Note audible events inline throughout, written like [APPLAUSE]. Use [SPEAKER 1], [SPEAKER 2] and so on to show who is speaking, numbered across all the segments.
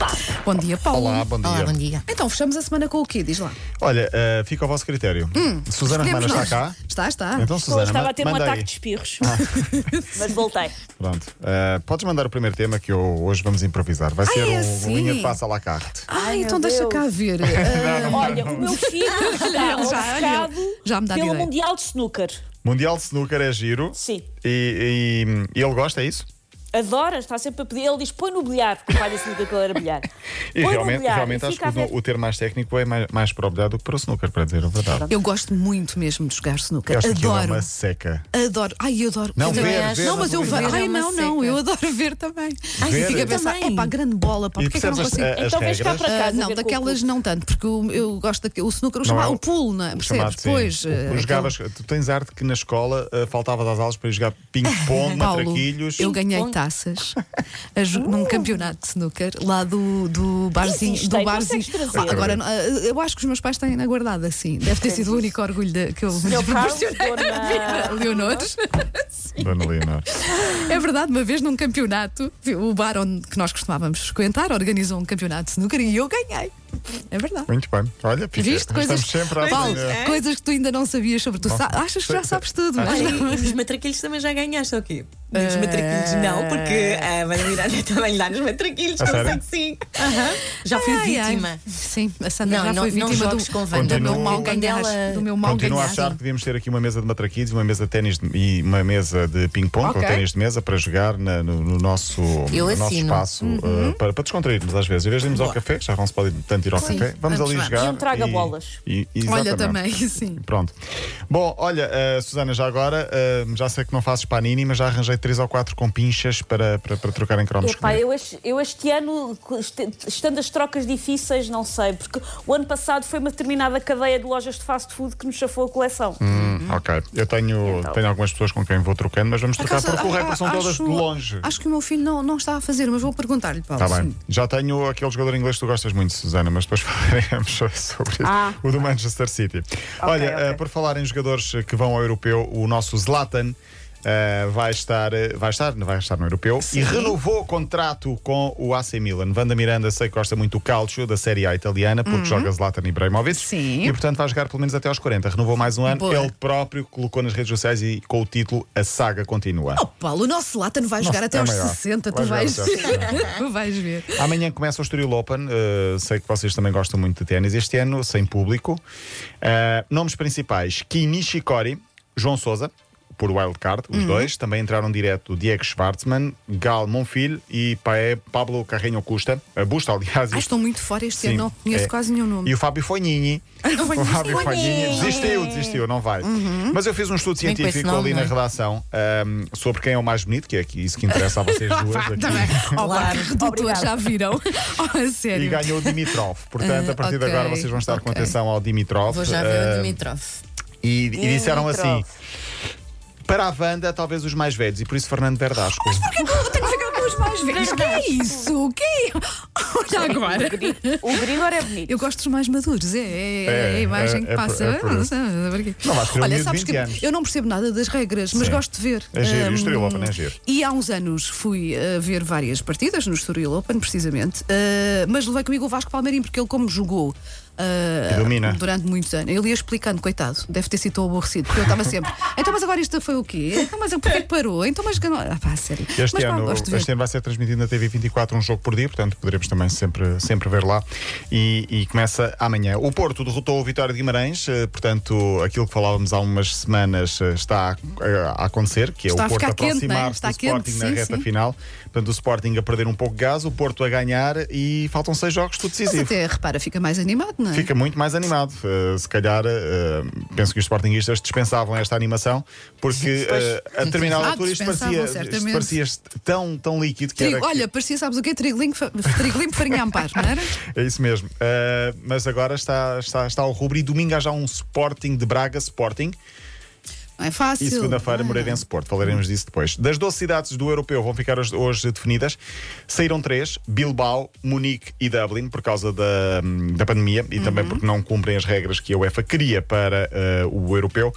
[SPEAKER 1] Paz.
[SPEAKER 2] Bom dia, Paulo.
[SPEAKER 3] Olá, bom dia.
[SPEAKER 1] Olá, bom dia.
[SPEAKER 2] Então, fechamos a semana com o quê? Diz lá.
[SPEAKER 3] Olha, eh, fica ao vosso critério. Susana
[SPEAKER 2] Hum,
[SPEAKER 3] Romana
[SPEAKER 2] Escolhemos
[SPEAKER 3] está
[SPEAKER 2] nós.
[SPEAKER 3] cá.
[SPEAKER 2] Está, está.
[SPEAKER 3] Então,
[SPEAKER 4] Eu
[SPEAKER 3] Susana,
[SPEAKER 4] estava
[SPEAKER 3] ma-
[SPEAKER 4] a ter um
[SPEAKER 3] manda
[SPEAKER 4] ataque
[SPEAKER 3] aí.
[SPEAKER 4] de espirros, [LAUGHS] mas voltei.
[SPEAKER 3] Pronto. Eh, podes mandar o primeiro tema que eu- hoje vamos improvisar. Vai ser
[SPEAKER 2] é
[SPEAKER 3] o
[SPEAKER 2] assim?
[SPEAKER 3] Linha de Passa à la carte.
[SPEAKER 2] Ah,
[SPEAKER 4] Ai,
[SPEAKER 2] então
[SPEAKER 4] meu
[SPEAKER 2] deixa
[SPEAKER 4] Deus. [LAUGHS]
[SPEAKER 2] cá ver. Ah,
[SPEAKER 4] Olha, o meu filho está
[SPEAKER 2] ele já- olha,
[SPEAKER 4] obcecado
[SPEAKER 2] ele já me dá
[SPEAKER 4] pelo
[SPEAKER 2] direito.
[SPEAKER 4] Mundial de Snooker.
[SPEAKER 3] Mundial de Snooker é giro.
[SPEAKER 4] Sim.
[SPEAKER 3] E, e- e ele gosta, é isso?
[SPEAKER 4] Adora, está sempre a pedir. Ele diz: põe no bilhar, porque o pai disse-me que aquilo era bilhar.
[SPEAKER 3] E
[SPEAKER 4] põe
[SPEAKER 3] realmente,
[SPEAKER 4] no bilhar.
[SPEAKER 3] realmente
[SPEAKER 4] e
[SPEAKER 3] acho
[SPEAKER 4] fica
[SPEAKER 3] que
[SPEAKER 4] a ver.
[SPEAKER 3] o, o termo mais técnico é mais, mais para o bilhar do que para o snooker, para dizer a verdade.
[SPEAKER 2] eu gosto muito mesmo de jogar snooker.
[SPEAKER 3] Eu acho que aquilo é
[SPEAKER 2] Adoro.
[SPEAKER 3] uma seca.
[SPEAKER 2] Adoro. Ai, eu adoro.
[SPEAKER 3] Não,
[SPEAKER 2] Eu
[SPEAKER 3] ver,
[SPEAKER 2] também
[SPEAKER 3] ver
[SPEAKER 2] acho.
[SPEAKER 3] na
[SPEAKER 2] Não, mas eu
[SPEAKER 3] televisão.
[SPEAKER 2] vejo. Ai,
[SPEAKER 1] Ver é uma
[SPEAKER 2] não, não.
[SPEAKER 1] seca.
[SPEAKER 2] Eu adoro ver também. Ai,
[SPEAKER 3] Ver.
[SPEAKER 2] fica a pensar.
[SPEAKER 4] Também.
[SPEAKER 2] É para grande bola. Pá,
[SPEAKER 3] E
[SPEAKER 2] porque é que eu não
[SPEAKER 3] percebes
[SPEAKER 2] consigo?
[SPEAKER 3] as, as
[SPEAKER 4] Então vens cá
[SPEAKER 3] regras?
[SPEAKER 4] para cá.
[SPEAKER 2] Ah,
[SPEAKER 4] Casa
[SPEAKER 2] não,
[SPEAKER 4] ver com
[SPEAKER 2] daquelas não tanto, porque eu, eu gosto daquele o snooker, o,
[SPEAKER 3] Não é
[SPEAKER 2] chamado,
[SPEAKER 3] o-
[SPEAKER 2] o pool, não é?
[SPEAKER 3] o
[SPEAKER 2] Percebes?
[SPEAKER 3] chamado, sim.
[SPEAKER 2] Pois.
[SPEAKER 3] O-
[SPEAKER 2] ah, aquele-
[SPEAKER 3] jogavas, tu tens arte que na escola eh, faltavas às aulas para ir jogar
[SPEAKER 2] [LAUGHS] Paulo,
[SPEAKER 3] ping-pong, matraquilhos.
[SPEAKER 2] eu ganhei
[SPEAKER 4] Ping-pong.
[SPEAKER 2] taças a jo- num campeonato de snooker lá do, do barzinho.
[SPEAKER 4] Existe,
[SPEAKER 2] do
[SPEAKER 4] aí
[SPEAKER 2] barzinho.
[SPEAKER 4] consegues trazer.
[SPEAKER 2] Ah, agora, ah, eu acho que os meus pais têm na guardada, sim. Deve ter sido o único orgulho de- que eu lhes
[SPEAKER 4] Meu Carlos,
[SPEAKER 2] proporcionei.
[SPEAKER 4] dona-
[SPEAKER 2] [LAUGHS] Leonores.
[SPEAKER 3] Dona Leonor.
[SPEAKER 2] É verdade, uma vez num campeonato, o bar onde que nós costumávamos frequentar organizou um campeonato de snooker e eu ganhei. É verdade.
[SPEAKER 3] Muito bem. Olha, fica,
[SPEAKER 2] Viste coisas,
[SPEAKER 3] estamos sempre né? à
[SPEAKER 2] Paulo,
[SPEAKER 3] frente.
[SPEAKER 2] coisas que tu ainda não sabias sobre tu. sa- Achas que já sabes tudo, mas
[SPEAKER 1] Olha, Ah.
[SPEAKER 2] não. é?
[SPEAKER 1] e, e nos matraquilhos também já ganhaste ou quê? Nos matraquilhos não, porque ah, a Maria Miranda [LAUGHS] também lhe dá nos matraquilhos,
[SPEAKER 3] A
[SPEAKER 1] que eu
[SPEAKER 3] sério?
[SPEAKER 1] sei que sim. Aham. Já fui
[SPEAKER 2] Ai, ai.
[SPEAKER 1] vítima.
[SPEAKER 2] Sim, a Sandra
[SPEAKER 1] Não,
[SPEAKER 2] já
[SPEAKER 1] não,
[SPEAKER 2] foi
[SPEAKER 1] não
[SPEAKER 2] vítima
[SPEAKER 1] jogues
[SPEAKER 2] do,
[SPEAKER 1] com
[SPEAKER 2] do
[SPEAKER 1] Wanda.
[SPEAKER 2] meu
[SPEAKER 1] não-
[SPEAKER 2] mal
[SPEAKER 1] quando
[SPEAKER 2] ganhar.
[SPEAKER 1] ela-
[SPEAKER 2] Do meu mal
[SPEAKER 3] Continuo a
[SPEAKER 2] ganhar.
[SPEAKER 3] achar que devíamos ter aqui uma mesa de matraquitos, uma mesa de ténis de- e uma mesa de ping-pong
[SPEAKER 2] Ok.
[SPEAKER 3] ou ténis de mesa para jogar na- no, no nosso,
[SPEAKER 1] Eu
[SPEAKER 3] no nosso
[SPEAKER 1] assino.
[SPEAKER 3] espaço
[SPEAKER 2] Uhum.
[SPEAKER 3] uh, para, para descontrairmos às vezes. Em vez de irmos ao café, já não se pode tanto ir ao
[SPEAKER 2] Sim,
[SPEAKER 3] café, vamos
[SPEAKER 2] vamos
[SPEAKER 3] ali
[SPEAKER 2] lá.
[SPEAKER 3] jogar.
[SPEAKER 4] E um traga-bolas.
[SPEAKER 3] e- e-
[SPEAKER 2] Olha
[SPEAKER 3] exatamente.
[SPEAKER 2] também, sim.
[SPEAKER 3] Pronto. Bom, olha, uh, Susana, já agora, uh, já sei que não fazes panini, mas já arranjei três ou quatro com pinchas para, para, para trocar em cromos.
[SPEAKER 4] Epá,
[SPEAKER 3] comigo.
[SPEAKER 4] eu, este, eu este ano, este- estando as trocas difíceis, não sei, porque o ano passado foi uma determinada cadeia de lojas de fast food que nos chafou a coleção.
[SPEAKER 3] Hum, ok. Eu tenho,
[SPEAKER 4] Então.
[SPEAKER 3] tenho algumas pessoas com quem vou trocando, mas vamos trocar por correio, porque são todas de longe.
[SPEAKER 2] Acho que o meu filho não, não está a fazer, mas vou perguntar-lhe, Paulo.
[SPEAKER 3] Está Tá bem.
[SPEAKER 2] sim.
[SPEAKER 3] Já tenho aquele jogador inglês que tu gostas muito, Susana, mas depois [LAUGHS] falaremos sobre isso.
[SPEAKER 4] Ah.
[SPEAKER 3] O do Manchester City. Olha,
[SPEAKER 4] ok.
[SPEAKER 3] eh, por falar em jogadores que vão ao europeu, o nosso Zlatan. eh, vai, estar, eh, vai, estar, vai estar no europeu e renovou o contrato com o AC Milan. Vanda Miranda sei que gosta muito do calcio da Série A italiana porque joga Zlatan Ibrahimovic
[SPEAKER 2] Sim.
[SPEAKER 3] e portanto vai jogar pelo menos até aos 40. Renovou mais um ano.
[SPEAKER 2] Boa.
[SPEAKER 3] Ele próprio colocou nas redes sociais e com o título A Saga Continua.
[SPEAKER 2] Oh, Paulo, o nosso Lata não vai jogar
[SPEAKER 3] Nossa,
[SPEAKER 2] até
[SPEAKER 3] é
[SPEAKER 2] aos
[SPEAKER 3] maior.
[SPEAKER 2] 60, tu
[SPEAKER 3] Vai jogar
[SPEAKER 2] vais
[SPEAKER 3] até aos
[SPEAKER 2] ver. Tu [LAUGHS] vais ver.
[SPEAKER 3] Amanhã começa o Estoril Open. eh, sei que vocês também gostam muito de ténis este ano, sem público. Eh, nomes principais: Kim Nishikori, João Souza, por wildcard, os dois. Também entraram direto Diego Schwartzman, Gal Monfil e Pae- Pablo Carreño Custa. eh, Busta, aliás.
[SPEAKER 2] Ah,
[SPEAKER 3] isto-
[SPEAKER 2] estou muito fora este
[SPEAKER 3] Sim,
[SPEAKER 2] ano, não conheço
[SPEAKER 3] é.
[SPEAKER 2] quase nenhum nome.
[SPEAKER 3] E o Fábio Fognini. O Fábio Fognini
[SPEAKER 4] Fognini.
[SPEAKER 3] desistiu, desistiu, não vai. Mas eu fiz um estudo
[SPEAKER 1] bem com esse
[SPEAKER 3] científico
[SPEAKER 1] nome,
[SPEAKER 3] ali na
[SPEAKER 1] não é?
[SPEAKER 3] relação ahm, sobre quem é o mais bonito, que é que isso que interessa
[SPEAKER 2] [LAUGHS]
[SPEAKER 3] a vocês duas
[SPEAKER 2] Vá,
[SPEAKER 3] aqui. [LAUGHS]
[SPEAKER 2] também. Olá,
[SPEAKER 1] Claro.
[SPEAKER 2] que redutor, já [LAUGHS] viram? Oh, a sério.
[SPEAKER 3] E ganhou o
[SPEAKER 1] [LAUGHS]
[SPEAKER 3] Dimitrov. Portanto, a partir
[SPEAKER 2] ok,
[SPEAKER 3] de agora vocês vão estar com
[SPEAKER 2] ok.
[SPEAKER 3] atenção ao Dimitrov.
[SPEAKER 1] Vou já ver
[SPEAKER 3] Ah,
[SPEAKER 1] o Dimitrov.
[SPEAKER 3] E, e disseram
[SPEAKER 4] Dimitrov.
[SPEAKER 3] assim: para a Wanda, talvez os mais velhos, e por isso Fernando Verdasco.
[SPEAKER 2] Eu tenho que ficar com os mais velhos. que é isso? Que é? Olha agora.
[SPEAKER 4] O Grigor é bonito.
[SPEAKER 2] Eu gosto dos mais maduros, é, é, é a
[SPEAKER 3] É,
[SPEAKER 2] imagem
[SPEAKER 3] é,
[SPEAKER 2] que
[SPEAKER 3] é por-
[SPEAKER 2] passa.
[SPEAKER 3] é por
[SPEAKER 2] Ah, não,
[SPEAKER 3] isso.
[SPEAKER 2] sei, não sei porquê.
[SPEAKER 3] Não vais querer um
[SPEAKER 2] Olha,
[SPEAKER 3] miúdo de
[SPEAKER 2] sabes que
[SPEAKER 3] 20 anos.
[SPEAKER 2] eu não percebo nada das regras, mas
[SPEAKER 3] Sim.
[SPEAKER 2] gosto de ver.
[SPEAKER 3] É giro, e o
[SPEAKER 2] Ahm,
[SPEAKER 3] Estoril Open é giro.
[SPEAKER 2] E há uns anos fui a ver várias partidas no Estoril Open, precisamente, ah, mas levei comigo o Vasco Palmeirim, porque ele, como jogou. ah,
[SPEAKER 3] E domina.
[SPEAKER 2] Durante muitos anos. Ele ia explicando, coitado, deve ter sido tão aborrecido, porque eu estava sempre. [LAUGHS] Então, mas agora isto foi o quê? Então, mas porquê que parou? Então, mas. ganhou-" Ah, pá, a sério.
[SPEAKER 3] Este,
[SPEAKER 2] mas, pá,
[SPEAKER 3] ano,
[SPEAKER 2] gosto de ver.
[SPEAKER 3] este ano vai ser transmitido na TV 24 um jogo por dia, portanto poderemos também sempre, sempre ver lá. E, e começa amanhã. O Porto derrotou o Vitória de Guimarães, eh, portanto aquilo que falávamos há umas semanas eh, está a, eh, a acontecer, que é
[SPEAKER 2] Está a
[SPEAKER 3] o Porto
[SPEAKER 2] ficar quente,
[SPEAKER 3] aproximar-se
[SPEAKER 2] não é?
[SPEAKER 3] do
[SPEAKER 2] Está quente,
[SPEAKER 3] Sporting na
[SPEAKER 2] sim,
[SPEAKER 3] reta
[SPEAKER 2] sim.
[SPEAKER 3] final. Portanto o Sporting a perder um pouco de gás, o Porto a ganhar e faltam seis jogos, tudo
[SPEAKER 2] Mas
[SPEAKER 3] é decisivo.
[SPEAKER 2] até, repara, fica mais animado, não é?
[SPEAKER 3] Fica muito mais animado. Eh, se calhar, eh, penso que os sportinguistas dispensavam esta animação, porque eh, a determinada
[SPEAKER 2] Ah,
[SPEAKER 3] altura isto
[SPEAKER 2] dispensavam,
[SPEAKER 3] parecia, isto
[SPEAKER 2] certamente.
[SPEAKER 3] parecia est- tão, tão líquido que
[SPEAKER 2] Trigo-
[SPEAKER 3] era. que-
[SPEAKER 2] olha, parecia, sabes o quê? Trigo limpo, fa- trigo limpo farinha ampar, não era?
[SPEAKER 3] É isso mesmo. Eh, mas agora está, está, está o rubro e domingo há já um Sporting de Braga Sporting
[SPEAKER 2] Não é fácil.
[SPEAKER 3] e segunda-feira
[SPEAKER 2] Ah.
[SPEAKER 3] Moreirense Porto. Falaremos disso depois. Das 12 cidades do europeu vão ficar hoje, hoje definidas. Saíram três: Bilbao, Munique e Dublin, por causa da, hum, da pandemia e também porque não cumprem as regras que a UEFA queria para eh, o europeu.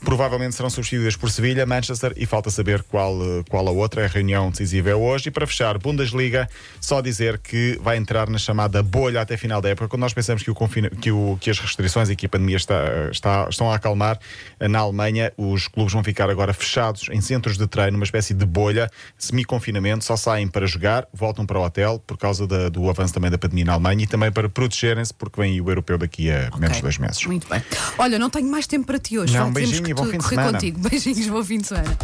[SPEAKER 3] provavelmente serão substituídas por Sevilha, Manchester e falta saber qual, eh, qual a outra. A reunião decisiva é hoje. E para fechar, Bundesliga, só dizer que vai entrar na chamada bolha até final da época. Quando nós pensamos que, o confina- que, o- que as restrições e que a pandemia está, está- estão a acalmar, eh, na Alemanha os clubes vão ficar agora fechados em centros de treino, uma espécie de bolha, semi-confinamento, só saem para jogar, voltam para o hotel por causa da- do avanço também da pandemia na Alemanha e também para protegerem-se, porque vem o europeu daqui a menos de
[SPEAKER 2] Um
[SPEAKER 3] dois meses.
[SPEAKER 2] Muito bem. Olha, não tenho mais tempo para ti hoje.
[SPEAKER 3] Não,
[SPEAKER 2] Val,
[SPEAKER 3] beijinho
[SPEAKER 2] temos que
[SPEAKER 3] e bom
[SPEAKER 2] te
[SPEAKER 3] fim de
[SPEAKER 2] correr
[SPEAKER 3] semana.
[SPEAKER 2] contigo. [LAUGHS] Beijinhos, bom fim de semana.